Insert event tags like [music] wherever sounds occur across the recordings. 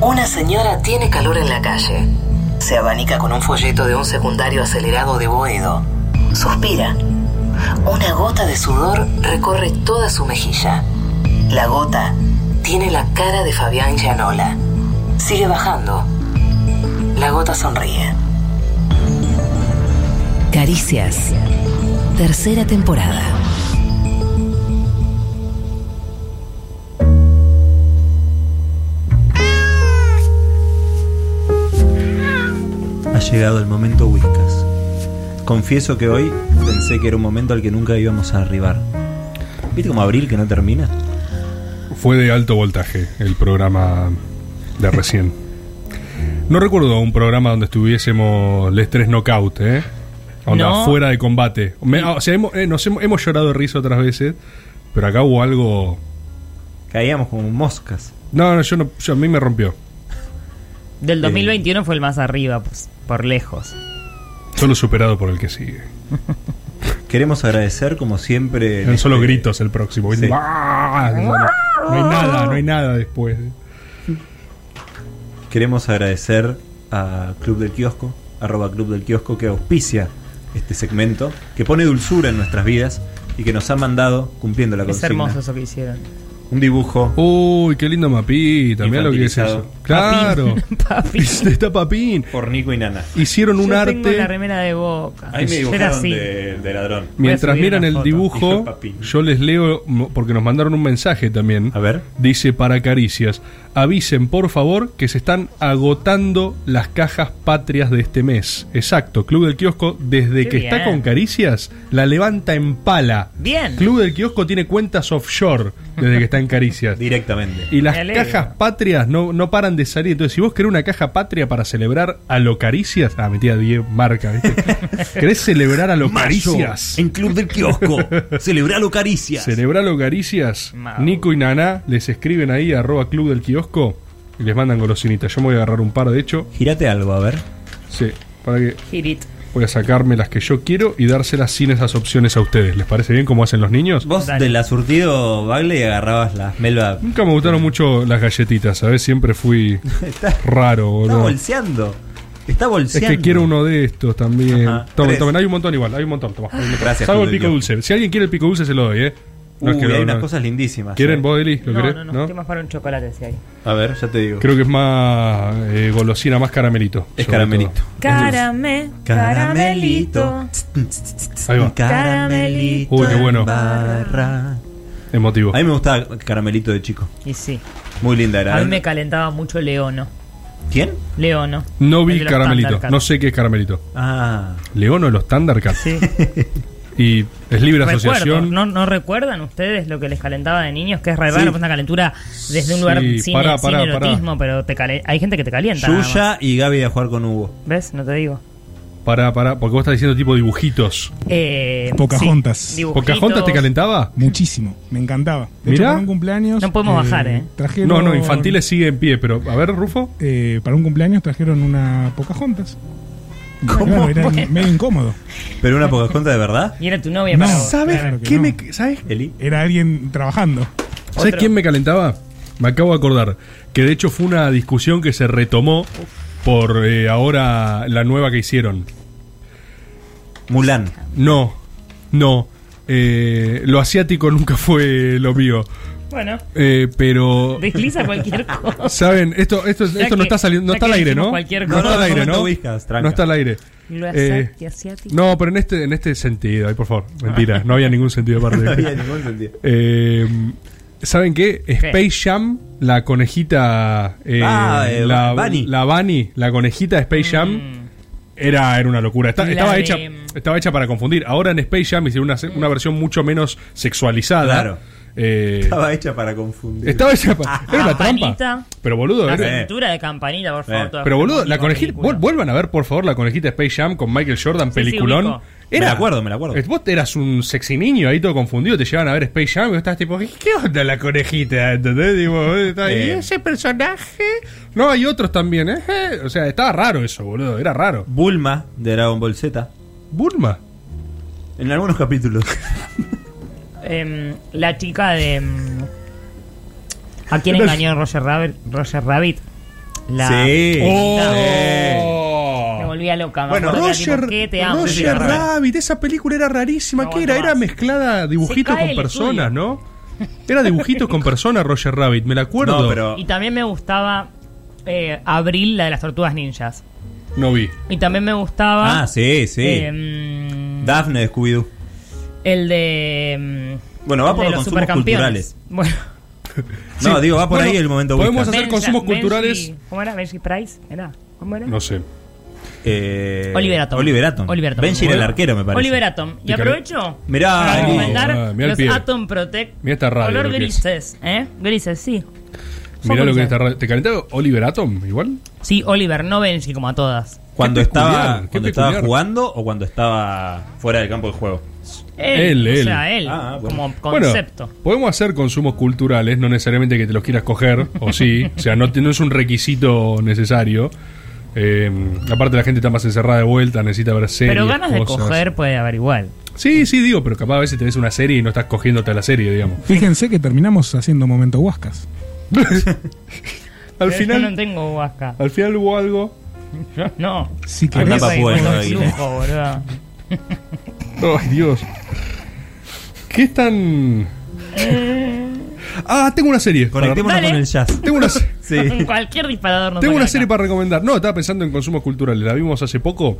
Una señora tiene calor en la calle. Se abanica con un folleto de un secundario acelerado de Boedo. Suspira. Una gota de sudor recorre toda su mejilla. La gota tiene la cara de Fabián Gianola. Sigue bajando. La gota sonríe. Caricias. Tercera temporada. Ha llegado el momento Whiskas. Confieso que hoy pensé que era un momento al que nunca íbamos a arribar. ¿Viste como abril que no termina? Fue de alto voltaje el programa de recién. No recuerdo un programa donde estuviésemos les tres knockout, ¿eh? Onda, No. fuera de combate. Me- o sea, hemos, eh, nos hemos, hemos llorado de risa otras veces, pero acá hubo algo... Caíamos como moscas. No, no, yo no, yo- a mí me rompió. Del 2021 fue el más arriba, pues, por lejos. Solo superado por el que sigue. Queremos agradecer, como siempre. Eran en solo este- gritos el próximo. ¿viste? Sí. ¡Ah! No, no hay nada, no hay nada después. Queremos agradecer a Club del Kiosco, arroba Club del Kiosco, que auspicia este segmento, que pone dulzura en nuestras vidas y que nos ha mandado, cumpliendo la Es consigna, hermoso eso que hicieron. un dibujo. Uy, qué lindo mapita. Mirá lo que es eso. Infantilizado. [laughs] Claro. [laughs] Papi, Está papín. Por Nico y Nana. Hicieron un yo tengo arte. la remera de boca. Ahí me Yo dibujaron de, de ladrón. Mientras subir miran una el foto. Dijo dibujo, Papín. yo les leo, mo- porque nos mandaron un mensaje también. A ver. Dice para caricias, avisen por favor que se están agotando las cajas patrias de este mes. Exacto, Club del Kiosco, desde Qué que está bien. con caricias, la levanta en pala. Bien. Club del Kiosco tiene cuentas offshore desde que está en caricias. Directamente. Y las Me alegro. cajas patrias no, no paran de salir. Entonces, si vos querés una caja patria para celebrar a lo caricias, ah, metía 10 marcas, [laughs] ¿viste? ¿Querés celebrar a lo caricias? Club del [laughs] Kiosco. Celebralo caricias. Celebralo Caricias. Mau. Nico y Naná les escriben ahí arroba club del kiosco y les mandan golosinitas. Yo me voy a agarrar un par, de hecho. Girate algo, a ver. Sí, para que Girit. voy a sacarme las que yo quiero y dárselas sin esas opciones a ustedes. ¿Les parece bien cómo hacen los niños? Vos Dale. de la surtido bagle y agarrabas las melva. Nunca me gustaron mucho las galletitas, ¿sabes? Siempre fui [laughs] Está, raro, está boludo. Es bolseando. Está bolseando. que quiero uno de estos también. Ajá, Tomen, tres. tomen. Hay un montón igual, hay un montón. Tomá, hay un montón. Gracias, Salvo el Club del pico Kiosco. dulce. Si alguien quiere el pico dulce, se lo doy, ¿eh? No es Uy, que lo- hay no- unas cosas lindísimas. ¿Quieren eh. vos, Eli? ¿Lo No, querés? no, no, estoy más para un chocolate si hay. A ver, ya te digo. Creo que es más eh, golosina, más caramelito. Es sobre caramelito. todo. Carame, caramelito. Ahí va. Caramelito Uy, qué bueno. en barra. Emotivo. A mí me gustaba caramelito de chico. Y sí. Muy linda era. ¿eh? A mí me calentaba mucho Leono. ¿Quién? Leono. No El vi de los caramelito. Thundercats. No sé qué es caramelito. Ah, Leono de los Thundercats. Sí. Y es libre Recuerdo. asociación. ¿No, ¿No recuerdan ustedes lo que les calentaba de niños? Que es re raro, pues una calentura desde un lugar Sí, sin, pará, sin pará, erotismo, pero te calen- hay gente que te calienta. nada más. Yuya y Gaby a jugar con Hugo. ¿Ves? No te digo. Para, para, porque vos estás diciendo tipo dibujitos. Eh, Pocahontas. dibujitos. ¿Pocahontas te calentaba? Muchísimo, me encantaba. De Mirá. hecho, para un cumpleaños. No podemos bajar, ¿eh? Trajeron, No, no, infantiles sigue en pie, pero a ver, Rufo. eh, para un cumpleaños trajeron una Pocahontas. Y Claro, era medio incómodo. Pero una Pocahontas de verdad, Y era tu novia No. para vos. ¿Sabes Claro que qué no. me- ¿Sabes Eli. Era alguien trabajando. ¿Sabes Otro. quién me calentaba? Me acabo de acordar que de hecho fue una discusión que se retomó por eh, ahora la nueva que hicieron. [laughs] Mulan. No, no. Eh, lo asiático nunca [laughs] fue lo mío. Bueno, Eh, pero [laughs] desliza cualquier cosa. saben, esto esto, esto Ya no que- está saliendo, no ya está que al aire, ¿no? dijimos No cualquier está cosa. al aire, No, no, ¿no? no, Whiskas, tranca. No está al aire. Lo Eh, asati- asiático. no, pero en este en este sentido, ay, por favor, mentira, no había ningún [laughs] sentido No había aparte. ningún sentido. Eh, ¿Saben qué? Space Jam, la conejita eh, Ah, eh, la Bunny. Mm. la Bunny, la conejita de Space Jam. Era, era una locura. Esta- La estaba, de- hecha, estaba hecha para confundir. Ahora en Space Jam hicieron una, se- una versión mucho menos sexualizada. Mm. Claro. Eh, Estaba Ah, estaba, hecha para confundir. hecha para. Era una trampa. Campanita. Pero boludo, Ah, La era- cintura de campanita, por favor. Eh, todas eh. pero boludo, las la conejita. películas. vuel- Vuelvan a ver, por favor, la conejita Space Jam con Michael Jordan, sí, peliculón. ubico. Me la acuerdo, me la acuerdo. Eh, Vos eras un sexy niño ahí todo confundido, te llevan a ver Space Jam y vos estás tipo, ¿qué onda la conejita? ¿Entendés? Digo, eh, está ahí, Eh. ese personaje. No, hay otros también, ¿eh? O sea, estaba raro eso, boludo, era raro. Bulma de Dragon Ball Z. Bulma. En algunos capítulos. Em, la chica de. em, ¿A quién engañó Roger Rabbit? Roger Rabbit. La Sí. ¡Oh! Me volvía loca. Me Bueno, acuerdo que era Roger, tipo, ¿qué te amo? Sí, Roger Roger. Rabbit, esa película era rarísima. No ¿Qué era? aguanto Era más. mezclada dibujitos Se cae con el personas, estudio. ¿no? Era dibujitos con personas, Roger Rabbit, [laughs] me la acuerdo. No, pero. Y también me gustaba eh, Abril, la de las tortugas ninjas. No vi. Y también me gustaba. Ah, sí, sí. eh, mm, Daphne de Scooby-Doo. el de. mm, Bueno, va el por de los consumos supercampeones. Bueno, No, Sí, digo, va por bueno, ahí el momento podemos Whiskas. hacer consumos culturales. ¿Cómo era? ¿Benji Price? ¿Era? ¿Cómo era? No sé. Eh, Oliver Atom. Oliver Atom. Oliver Atom. Benji era el arquero, me parece. Oliver Atom. Y Picaré. aprovecho Mirá, para ahí. recomendar Ah, mirá el los pie. Atom Protect. Mirá esta radio, Color lo que es. grises, ¿eh? Grises, sí. Son Mirá lo que grises. está ra- ¿Te calentaba Oliver Atom igual? Sí, Oliver, no Benji como a todas. Cuando Qué peculiar, estaba, qué cuando estaba peculiar. jugando o cuando estaba fuera del campo de juego. Él, Él, O sea, él. Ah, bueno. Como concepto. Bueno, podemos hacer consumos culturales, no necesariamente que te los quieras coger, o [laughs] sí. O sea, no, te- no es un requisito necesario. Eh, aparte, la gente está más encerrada de vuelta, necesita ver series. Pero ganas de cosas. coger puede haber igual. Sí, sí, digo, pero capaz a veces tenés una serie y no estás cogiéndote a la serie, [laughs] digamos. Fíjense que terminamos haciendo momento huascas. Al Pero final, Eh, Yo no tengo huasca. al final hubo algo. Yo no. Sí que Acá Yo Anda soy pa' bueno, un ahí. flujo, boludo. Ay, Dios. ¿Qué es tan. Eh. Ah, tengo una serie. para- Conectémonos Dale. con el [laughs] jazz. Tengo una, se- Sí. [laughs] Cualquier disparador no tengo saca una acá. serie para recomendar. No, estaba pensando en consumos culturales. La vimos hace poco.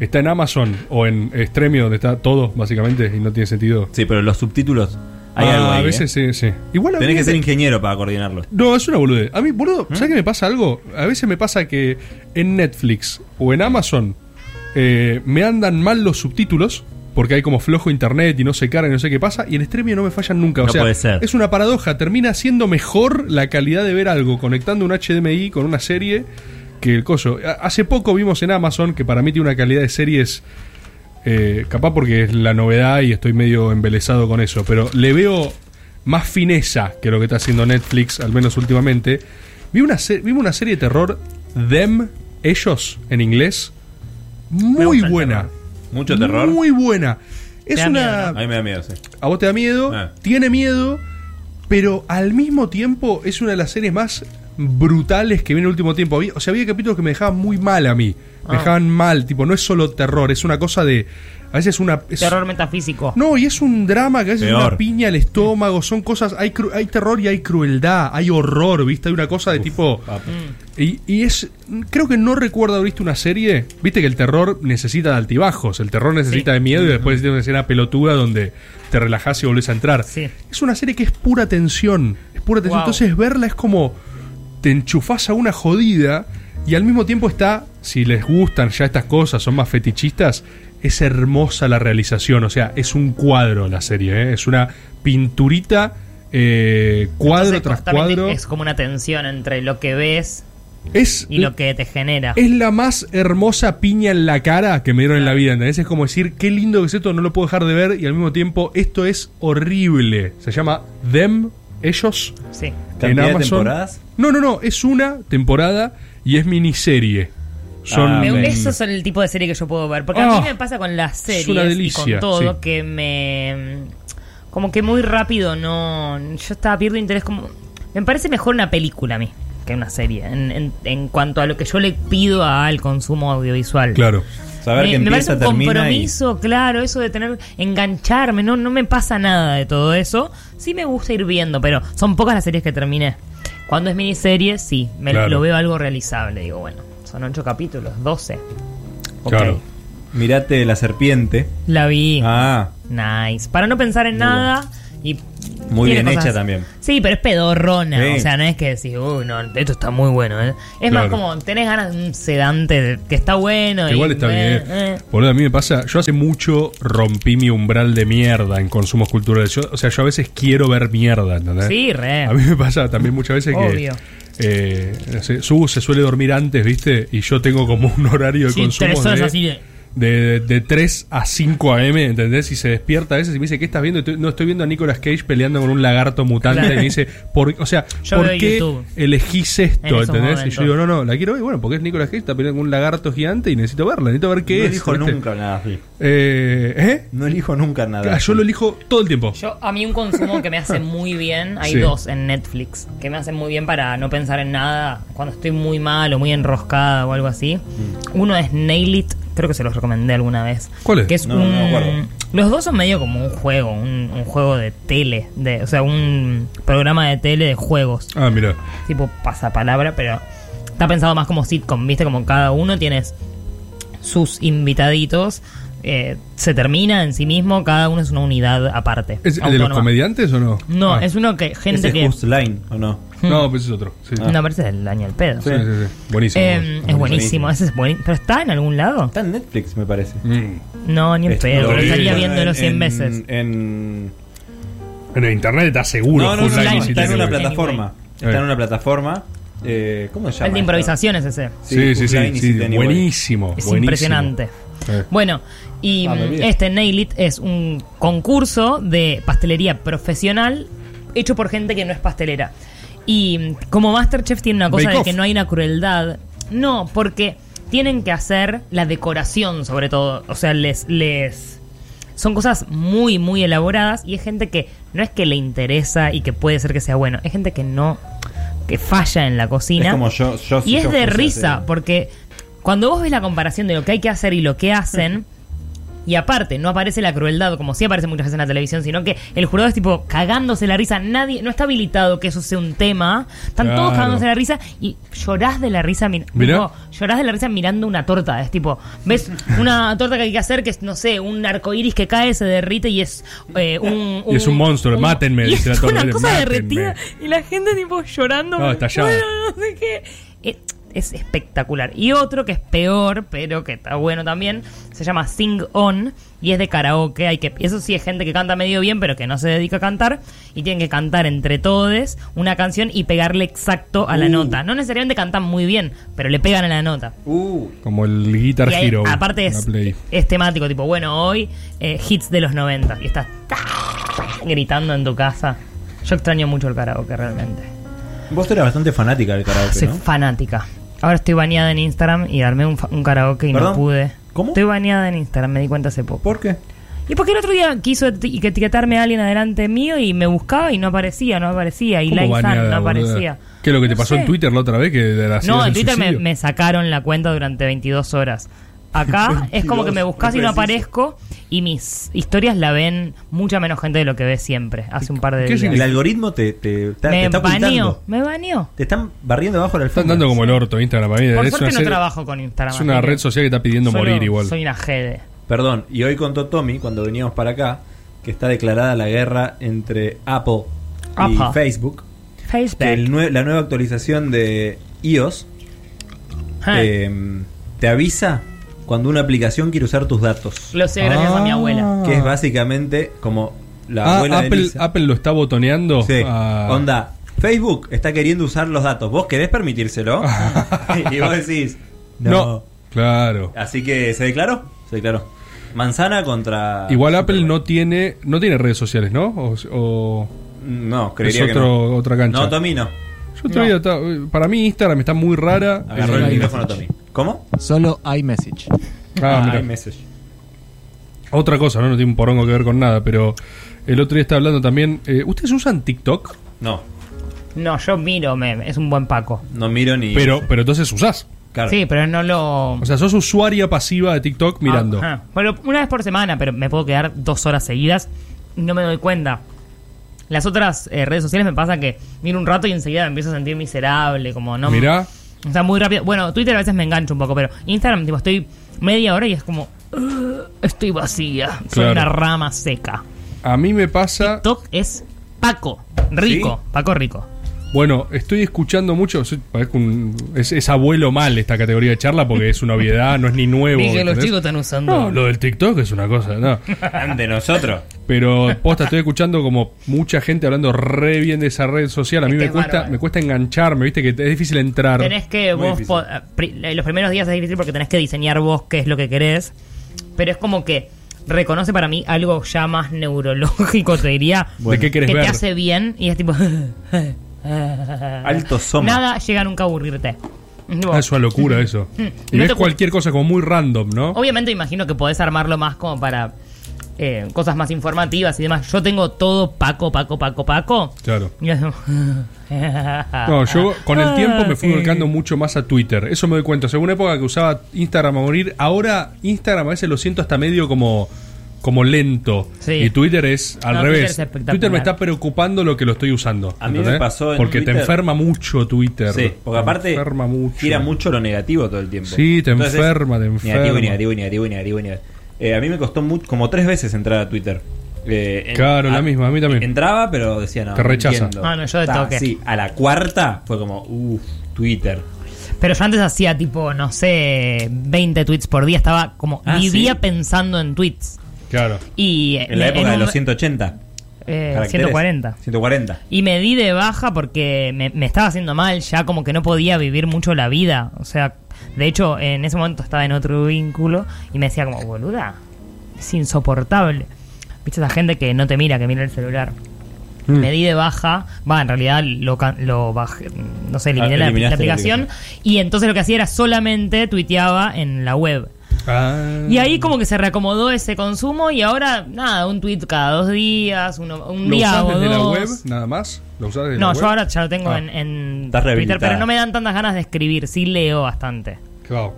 Está en Amazon o en Extremio, donde está todo, básicamente, y no tiene sentido. Sí, pero los subtítulos. Hay Ah, algo ahí, A veces ¿eh? sí, sí. Igual a Tenés mí- que ser ingeniero para coordinarlo. No, es una boludez. A mí, boludo, ¿Eh? ¿sabes qué me pasa algo? A veces me pasa que en Netflix o en Amazon eh, me andan mal los subtítulos porque hay como flojo internet y no se carga y no sé qué pasa, y en Stremio no me fallan nunca. O No sea, puede ser. es una paradoja. Termina siendo mejor la calidad de ver algo conectando un HDMI con una serie que el coso. A- Hace poco vimos en Amazon que para mí tiene una calidad de series. eh, capaz porque es la novedad y estoy medio embelesado con eso, pero le veo más fineza que lo que está haciendo Netflix, al menos últimamente. Vi una, se- vimos una serie de terror, Them, ellos, en inglés, muy gusta el buena. Mucho terror. Muy buena. Es da una. miedo, A mí me da miedo, sí. A vos te da miedo, Ah. tiene miedo, pero al mismo tiempo es una de las series más brutales que viene en el último tiempo. Había- o sea, había capítulos que me dejaban muy mal a mí. Me dejaban mal, tipo, no es solo terror, es una cosa de. A veces una. es- Terror metafísico. No, y es un drama que a veces es Peor. una piña al estómago, son cosas. Hay, cru- hay terror y hay crueldad, hay horror, ¿viste? Hay una cosa de tipo. papo. Mm. Y, y es. Creo que no recuerdo haber visto una serie. Viste que el terror necesita de altibajos. El terror necesita de miedo y después tienes una escena pelotuda donde te relajás y volvés a entrar. Sí. Es una serie que es pura tensión. Es pura tensión. Wow. Entonces verla es como. Te enchufás a una jodida. Y al mismo tiempo está. Si les gustan ya estas cosas, son más fetichistas. Es hermosa la realización. O sea, es un cuadro la serie. ¿eh? Es una pinturita. eh, cuadro Entonces, tras constantemente cuadro. Es como una tensión entre lo que ves Es y lo que te genera. Es la más hermosa piña en la cara que me dieron en la vida, ¿entendés? Es como decir, qué lindo que es esto, no lo puedo dejar de ver, y al mismo tiempo, esto es horrible. Se llama Them, ellos, Sí. ¿Cantidad de temporadas? No, no, no, es una temporada y es miniserie. Son Ah, Me- Amén. esos son el tipo de serie que yo puedo ver. Porque a Ah, mí me pasa con las es series una y delicia, con todo sí. que me. Como que muy rápido no. Yo estaba pierdo interés. como Me parece mejor una película a mí que una serie. En, en- en cuanto a lo que yo le pido al consumo audiovisual. Claro. Saber me, que me parece empieza, un termina y... compromiso, claro, eso de tener engancharme, no, no me pasa nada de todo eso. Sí me gusta ir viendo, pero son pocas las series que terminé. Cuando es miniserie, sí, me Claro. lo veo algo realizable. Digo, bueno, son ocho capítulos, 12. Ok. Claro. Mirate la serpiente. La vi. Ah, Nice. Para no pensar en nada y. Muy tiene bien cosas- hecha también. Sí, pero es pedorrona. Sí. O sea, no es que decís, uy, no, esto está muy bueno. ¿eh?". Es más Claro. como, tenés ganas de un sedante de- que está bueno. Que y- Igual está eh, bien. eh. Boludo, a mí me pasa. Yo hace mucho rompí mi umbral de mierda en consumos culturales. Yo- o sea, yo a veces quiero ver mierda, ¿entendés? Sí, re. A mí me pasa también muchas veces Obvio. que. eh, no sé, Subu se suele dormir antes, ¿viste? Y yo tengo como un horario de Sí, consumo. tres horas de- así de- de, de 3 a 5 AM, ¿entendés? Y se despierta a veces y me dice, ¿qué estás viendo? Y tú- no, estoy viendo a Nicolas Cage peleando con un lagarto mutante. Claro. Y me dice, ¿por, o sea, Yo ¿por veo qué YouTube. elegís esto? En esos ¿Entendés? Y yo momentos. digo, no, no, la quiero ver. Bueno, porque es Nicolas Cage, está peleando con un lagarto gigante y necesito verla, necesito ver qué no es. elijo ¿viste? nunca nada así. Eh, ¿eh? No elijo nunca nada. Ah, Yo lo elijo todo el tiempo. Yo, a mí un consumo que [laughs] me hace muy bien, hay Sí. dos en Netflix, que me hacen muy bien para no pensar en nada cuando estoy muy mal o muy enroscada o algo así. Uno es Nail It, creo que se los recomendé alguna vez. Mm. ¿Cuál es? Que es No, no un, me acuerdo. los dos son medio como un juego, un, un juego de tele, de, o sea, un programa de tele de juegos Ah, mira. tipo pasapalabra, pero está pensado más como sitcom, ¿viste? Como cada uno tienes sus invitaditos, eh, se termina en sí mismo, cada uno es una unidad aparte. ¿Es el de los autónoma. Mm. comediantes o no? No, Ah, es uno que Ese gente es que... Whose Line, ¿o no? No, pues es otro. Sí, No, parece el daño al pedo. sí, sí, sí, sí. Buenísimo. Eh, es buenísimo, ese es buenísimo. ¿Pero está en algún lado? Está en Netflix, me parece. Mm. No, ni en Este, pedo, lo pero vi. estaría En- viéndolo 100 en- veces. En. En internet está seguro. No, no, no, full no, line, Line, sí está en tiene una que ver. plataforma. Está en una plataforma. eh, ¿Cómo se llama? El esta? de improvisaciones ese. Sí, sí, Whose Line sí. is sí, it anyway. buenísimo. Es buenísimo. impresionante. Eh. Bueno, y Ah, me mm, olvidé. este Nail It es un concurso de pastelería profesional hecho por gente que no es pastelera. Y mm, como Masterchef tiene una cosa Bake de Off. que no hay una crueldad, no, porque tienen que hacer la decoración sobre todo, o sea, les les son cosas muy muy elaboradas y es gente que no es que le interesa y que puede ser que sea bueno, es gente que no que falla en la cocina. Es como yo- yo- y yo es de fuese risa, así. porque cuando vos ves la comparación de lo que hay que hacer y lo [laughs] que hacen, y aparte no aparece la crueldad como sí aparece muchas veces en la televisión, sino que el jurado es tipo cagándose la risa, nadie, no está habilitado que eso sea un tema, están Claro. todos cagándose la risa y llorás de la risa, mi- Mirá. digo, llorás de la risa mirando una torta, es tipo, ves [laughs] una torta que hay que hacer que es, no sé, un arco iris que cae, se derrite y es eh, un, Y es un monstruo, mátenme, y dice la es torta, una dice, cosa "Mátenme". derretida y la gente tipo llorando. No, estallada. "Bueno, no sé qué". Eh, Es espectacular. Y otro que es peor, pero que está bueno también, se llama Sing On y es de karaoke. Hay que, eso sí es gente que canta medio bien, pero que no se dedica a cantar y tienen que cantar entre todes una canción y pegarle exacto a la Uh. nota. No necesariamente cantan muy bien, pero le pegan a la nota. Uh, Como el Guitar Y ahí, Hero. aparte la es, Play. es temático, tipo, bueno, hoy eh, hits de los 90 y estás gritando en tu casa. Yo extraño mucho el karaoke realmente. vos eras bastante fanática del karaoke, Soy ¿no? fanática. Ahora estoy baneada en Instagram y armé un, fa- un karaoke y Perdón, no pude. ¿cómo? Estoy baneada en Instagram, me di cuenta hace poco. ¿Por qué? Y porque el otro día quiso eti- que etiquetarme a alguien adelante mío y me buscaba y no aparecía, no aparecía. Y ¿Cómo Lai San no baneada, boluda? aparecía. ¿Qué es lo que te No pasó en sé. Twitter la otra vez? Que de la No, en del Twitter me, suicidio? me sacaron la cuenta durante 22 horas. [laughs] Acá es como que me 22, buscas y qué no preciso. aparezco y mis historias la ven mucha menos gente de lo que ve siempre, hace un par de ¿Qué días. El algoritmo te, te, te- te Me está baneó, apuntando. me baneó. Te están barriendo abajo la Están alfombra. dando como el orto Instagram. Para mí. Por Es suerte una no serie- trabajo con Instagram. Es una así que red social que está pidiendo solo morir igual. Soy una jede. Perdón, y hoy contó Tommy, cuando veníamos para acá, que está declarada la guerra entre Apple y Apa. Facebook. Que el Facebook. nue- la nueva actualización de iOS Ah, eh, te avisa cuando una aplicación quiere usar tus datos. Lo sé gracias a mi Ah. abuela. Que es básicamente como la Ah, abuela de Apple, Lisa. Apple lo está botoneando. Sí. Ah. Onda, Facebook está queriendo usar los datos. ¿Vos querés [laughs] permitírselo? [laughs] y vos decís, No. no. Claro. Así que se declaró, se declaró. Manzana contra... Igual Apple no tiene no tiene redes sociales, ¿no? O, o- No, creería es que no. otro, otra cancha. No, Tommy no. Yo otro día estaba- para mí Instagram está muy rara. Agarró Eh, el micrófono Tommy. ¿Cómo? Solo iMessage. Ah, Ah, mirá. iMessage. Otra cosa, ¿no? No tiene un porongo que ver con nada, pero el otro día estaba hablando también. eh, ¿Ustedes usan TikTok? No, No, yo miro meme, es un buen Paco. no miro ni... Pero, pero entonces usás. Claro. Sí, pero no lo. O sea, sos usuaria pasiva de TikTok mirando. Ajá. Bueno, una vez por semana, pero me puedo quedar dos horas seguidas y no me doy cuenta. Las otras eh, redes sociales me pasa que miro un rato y enseguida me empiezo a sentir miserable, como no. Mirá. O sea, muy rápido. Bueno, Twitter a veces me engancho un poco, pero Instagram, tipo, estoy media hora y es como. "Ugh, estoy vacía. Soy Claro. una rama seca. A mí me pasa. TikTok es Paco. Rico. Paco rico. Bueno, estoy escuchando mucho. soy- parezco un- es, es abuelo mal esta categoría de charla porque es una obviedad, no es ni nuevo. ¿entendés? están usando. No, lo del TikTok es una cosa, no. Ante nosotros. Pero posta, estoy escuchando como mucha gente hablando re bien de esa red social. A mí Es que me es cuesta, Este bárbaro. me cuesta engancharme, viste que es difícil entrar. Tenés que Muy vos difícil. po- pri- los primeros días es difícil porque tenés que diseñar vos qué es lo que querés. Pero es como que reconoce para mí algo ya más neurológico, te diría. Bueno. ¿De qué querés que ver? te hace bien y es tipo. [laughs] Alto soma. Nada llega nunca a aburrirte. Tipo, Ah, es una locura eso. Mm. Y No ves te- cualquier cosa como muy random, ¿no? Obviamente imagino que podés armarlo más como para eh, cosas más informativas y demás. Yo tengo todo Paco, Paco, Paco, Paco. Claro. Y es como- [laughs] No, yo con el tiempo me fui Ah, sí. volcando mucho más a Twitter. Eso me doy cuenta. O sea, hubo una época que usaba Instagram a morir. Ahora Instagram a veces lo siento hasta medio como, como lento. Sí. Y Twitter es al No, Twitter es revés. Twitter, espectacular. me está preocupando lo que lo estoy usando. A mí me ¿entendés? pasó en Porque te Twitter- enferma mucho Twitter. Sí, porque aparte Te enferma mucho. tira mucho lo negativo todo el tiempo. Sí, te enferma, te Negativo, enferma. y negativo, y negativo, y negativo, y negativo. Eh, a mí me costó mu- como tres veces entrar a Twitter. Eh, en- Claro, la misma, a mí también. Entraba, pero decía no. Te no rechaza. entiendo. Ah, no, yo de Ta, toque. Sí, a la cuarta fue como, uff, Twitter. Pero yo antes hacía tipo, no sé, 20 tweets por día. Estaba como, Ah, vivía ¿sí? pensando en tweets. Claro. Y En la época de un- los 180. eh, caracteres. 140. 140. Y me di de baja porque me, me estaba haciendo mal, ya como que no podía vivir mucho la vida. O sea, de hecho, en ese momento estaba en otro vínculo y me decía como, boluda, es insoportable. ¿Viste esa gente que no te mira, que mira el celular? Mm. Me di de baja, va, en realidad lo, can- lo bajé, no sé, eliminé Ah, la- la, eliminaste la aplicación. Y entonces lo que hacía era solamente tuiteaba en la web. Ah. Y ahí como que se reacomodó ese consumo y ahora, nada, un tweet cada dos días, uno, un ¿Lo día usás o desde la dos. web nada más? ¿Lo usás desde la No, web? yo ahora ya lo tengo Ah. en, en Estás Twitter, rehabilitada. pero no me dan tantas ganas de escribir, sí leo bastante. Claro.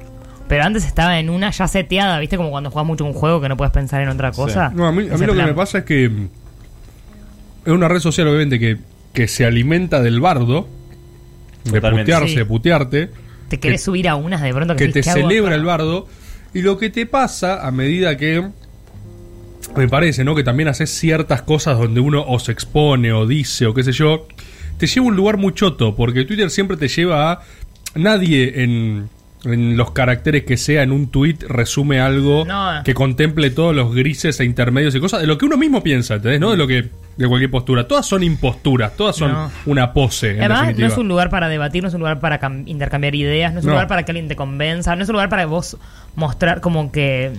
Pero antes estaba en una ya seteada, ¿viste? Como cuando juegas mucho un juego que no puedes pensar en otra cosa. No, a mí, a mí Ese lo que plan. me pasa es que mm, es una red social, obviamente, que, que se alimenta del bardo, de Totalmente. putearse, Sí. de putearte, Te querés que- subir a unas de pronto que, que te decís, ¿qué hago celebra acá? el bardo. Y lo que te pasa a medida que, me parece, ¿no? Que también haces ciertas cosas donde uno o se expone o dice o qué sé yo, te lleva a un lugar muy choto, porque Twitter siempre te lleva a... Nadie en, en los caracteres que sea en un tweet resume algo No. que contemple todos los grises e intermedios y cosas de lo que uno mismo piensa, ¿entendés? No de lo que de cualquier postura. Todas son imposturas, todas son No. una pose. en Además, no definitiva. es un lugar para debatir, no es un lugar para cam- intercambiar ideas, no es un No. lugar para que alguien te convenza, no es un lugar para vos mostrar como que...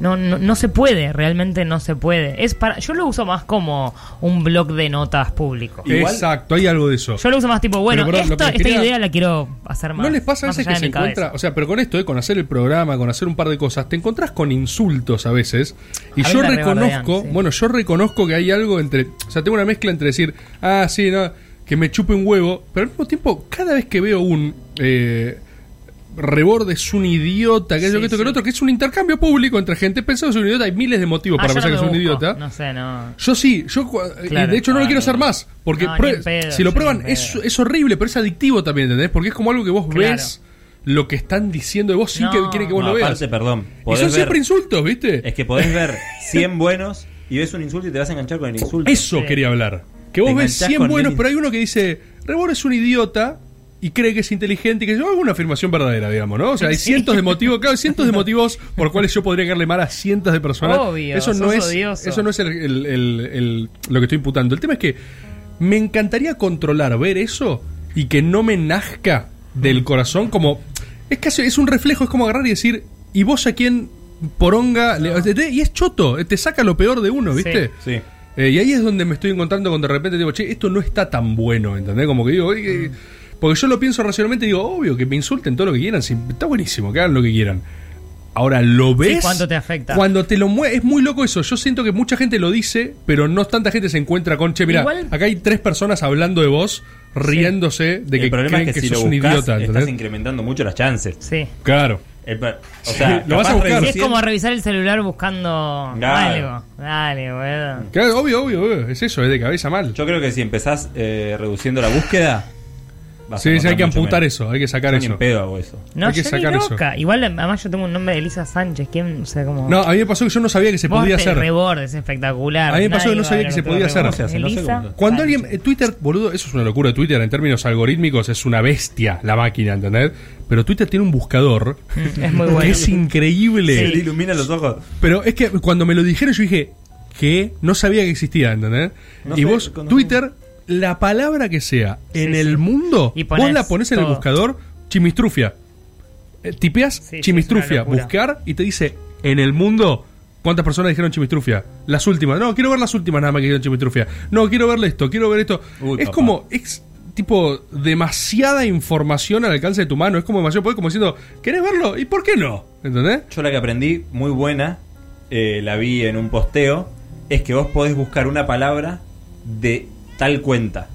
No, no, no se puede, realmente no se puede. Es para, yo lo uso más como un blog de notas público. Igual- Exacto, hay algo de eso. Yo lo uso más tipo, bueno, Pero, perdón, lo esto- que esta quería- idea la quiero hacer más. ¿No les pasa a más veces que allá de se mi cabeza. encuentra, o sea, pero con esto, eh, con hacer el programa, con hacer un par de cosas, te encontrás con insultos a veces? Y A mí yo me reconozco, rebardean, sí. bueno, yo reconozco que hay algo entre, o sea, tengo una mezcla entre decir, ah, sí, no, que me chupe un huevo, pero al mismo tiempo, cada vez que veo un eh, reborde es un idiota, que es Sí, lo que esto que sí. lo otro, que es un intercambio público entre gente, pensando que es un idiota, hay miles de motivos Ah, para yo pensar no que es me un busco. idiota. No sé, no. Yo sí, yo cu- y Claro, de hecho no lo claro. quiero hacer más, porque No, ni prue- en pedo, si lo yo prueban ni en es, pedo. es horrible, pero es adictivo también, ¿entendés? Porque es como algo que vos Claro. ves lo que están diciendo de vos sin No. que quieren que vos No, lo veas. aparte, perdón. y podés son ver- siempre insultos, ¿viste? Es que podés [laughs] ver 100 buenos y ves un insulto y te vas a enganchar con el insulto. Eso Sí. quería hablar. Que vos Te ves enganchás 100 con buenos, el- pero hay uno que dice, Rebor es un idiota y cree que es inteligente y que yo hago una afirmación verdadera, digamos, ¿no? O sea, hay cientos de motivos, claro, hay cientos de motivos por los cuales yo podría caerle mal a cientos de personas. Obvio, eso no sos es odioso. eso no es el- el- el- el- lo que estoy imputando. El tema es que me encantaría controlar ver eso y que no me nazca del corazón como es casi es un reflejo, es como agarrar y decir, ¿y vos a quién poronga? le- Y es choto, te saca lo peor de uno, ¿viste? Sí. Eh, y ahí es donde me estoy encontrando cuando de repente digo, che, esto no está tan bueno, ¿entendés? Como que digo, "Oye, eh", Mm. porque yo lo pienso racionalmente y digo, obvio, que me insulten todo lo que quieran, si- está buenísimo, que hagan lo que quieran. Ahora, ¿lo ves? ¿cuánto te afecta? Cuando te lo mueve, es muy loco eso. Yo siento que mucha gente lo dice, pero no tanta gente se encuentra con, che, mira, Igual- acá hay tres personas hablando de vos, riéndose de que el problema creen es que, que, si sos lo un buscas, idiota, estás ¿entendés? incrementando mucho las chances. Sí. Claro. El pro- o sea, lo vas a capaz buscar. Sí, es recién- como revisar el celular buscando Claro. algo. Dale, boludo. Claro, obvio, obvio, obvio. Es eso, es de cabeza mal. Yo creo que si empezás eh, reduciendo la búsqueda, vas a Sí, sí, hay encontrar que mucho amputar menos. eso, hay que sacar Yo ni eso. en pedo hago eso. No, Hay que yo ni sacar eso. loca. Igual, además, yo tengo un nombre de Elisa Sánchez. ¿Quién? O sea, como. No, a mí me pasó que yo no sabía que se Vos podía te hacer. rebordes, es espectacular. A mí me pasó Nadie que no va a sabía ver que se otro podía hacer. reborde. No se hace, no sé Elisa cómo. Cuando Sánchez. alguien. eh, Twitter, boludo, eso es una locura. Twitter, en términos algorítmicos, es una bestia la máquina, ¿entendés? Pero Twitter tiene un buscador. [laughs] Es muy Que bueno. es increíble. Se le ilumina los ojos. Pero es que cuando me lo dijeron, yo dije, que no sabía que existía, ¿entendés? No y sé, vos, conozco. Twitter, la palabra que sea en Sí, el sí. mundo, Y vos ponés la pones en el todo. buscador, chimistrufia. Eh, Tipeas Sí, sí, es una chimistrufia, locura. buscar y te dice en el mundo, ¿cuántas personas dijeron chimitrufia? Las últimas. No, quiero ver las últimas nada más que dijeron chimitrufia. No, quiero ver esto, quiero ver esto. Uy, es papá. como, es tipo demasiada información al alcance de tu mano. Es como demasiado poder, como diciendo, ¿querés verlo? ¿Y por qué no? ¿Entendés? Yo la que aprendí, muy buena, eh, la vi en un posteo, es que vos podés buscar una palabra de tal cuenta.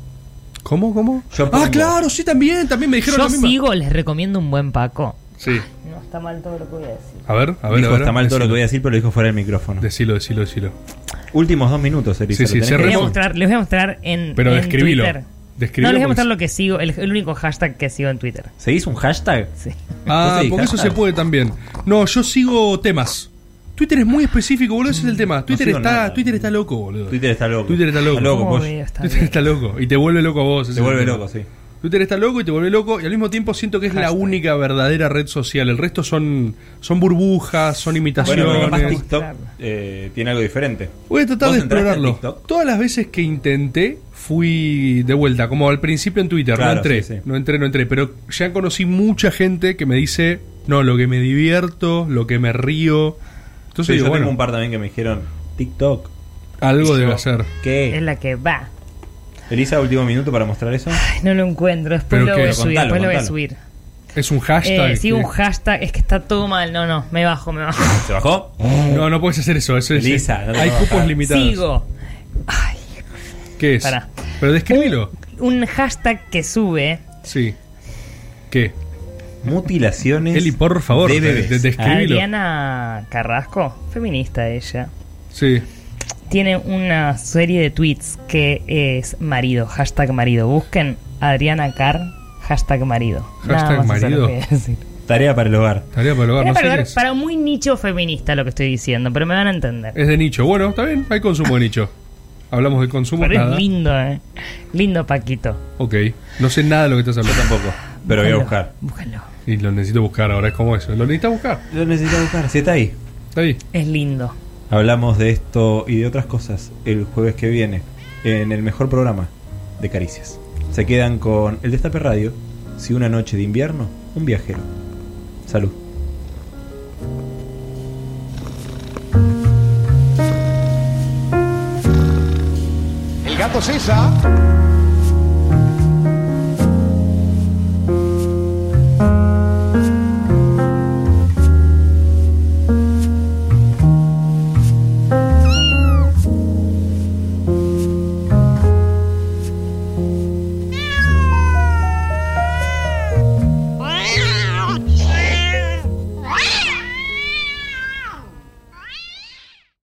¿Cómo? ¿Cómo? Yo ah, pongo- claro, sí, también, también me dijeron Yo lo mismo. sigo, les recomiendo un buen Paco. Sí. No está mal todo lo que voy a decir. A ver, a ver, a Dijo, ver. está mal todo lo que voy a decir, pero lo dijo fuera del micrófono. Decilo, decilo, decilo. [laughs] Últimos dos minutos, Eric. Sí, sí, Les voy a Remo- mostrar, les voy a mostrar en. Pero en describilo. Twitter. Describilo no, les voy porque- a mostrar lo que sigo, el, el único hashtag que sigo en Twitter. ¿Seguís un hashtag? Sí. Ah, ¿Vos seguís porque eso hashtag? se puede también. No, yo sigo temas. Twitter es muy específico, boludo, ese es el tema. Twitter sigo está, nada. Twitter está loco, boludo. Twitter está loco. Twitter está loco. Está loco, Obvio, pollo. está Twitter bien. está loco y te vuelve loco a vos. ese Se es vuelve el tema. loco, sí. Twitter está loco y te vuelve loco y al mismo tiempo siento que es la Hashtag. única verdadera red social. El resto son son burbujas, son imitaciones. Bueno, pero capaz Pasiones. TikTok eh, tiene algo diferente. Voy a tratar ¿Vos de entraste en explorarlo. TikTok? Todas las veces que intenté, fui de vuelta. Como al principio en Twitter, no Claro, entré. sí, sí. No entré, no entré. Pero ya conocí mucha gente que me dice, no, lo que me divierto, lo que me río. Sí, Entonces yo digo, tengo bueno, un par también que me dijeron TikTok. algo Y yo, debe hacer. Es ¿Qué? la que va. Elisa, último minuto para mostrar eso. Ay, no lo encuentro, después Pero lo qué, voy a contalo, subir. Después lo voy a contalo. subir. Es un hashtag. Eh, sigo que- un hashtag, es que está todo mal. No, no, me bajo, me bajo. ¿Se bajó? No, no puedes hacer eso. eso es- eh, Elisa, no te hay vas a cupos bajar. [laughs] limitados. Sigo. Ay, ¿Qué es? Pará. Eh. Pero describilo. un hashtag que sube. Sí. ¿Qué? Mutilaciones. Eli, por favor, de de- bebés. de- describilo. Adriana Carrasco, feminista ella. Sí. tiene una serie de tweets que es marido, hashtag marido. Busquen Adriana Carr, hashtag marido. Hashtag Nada más eso marido. lo que voy a decir. Tarea para el hogar. Tarea para el hogar, Era no sé para, qué ver- es. para muy nicho feminista lo que estoy diciendo, pero me van a entender. Es de nicho. Bueno, está bien, hay consumo de nicho. Hablamos de consumo, pero nada. es lindo, ¿eh? Lindo Paquito. Ok, no sé nada de lo que estás Yo hablando. tampoco. Pero voy a buscar. Búscalo. Y lo necesito buscar ahora, es como eso. Lo necesito buscar. Lo necesito buscar. Si está ahí. Está ahí. Es lindo. Hablamos de esto y de otras cosas el jueves que viene en el mejor programa de Caricias. Se quedan con el Destape Radio. Si una noche de invierno, un viajero. Salud. El gato César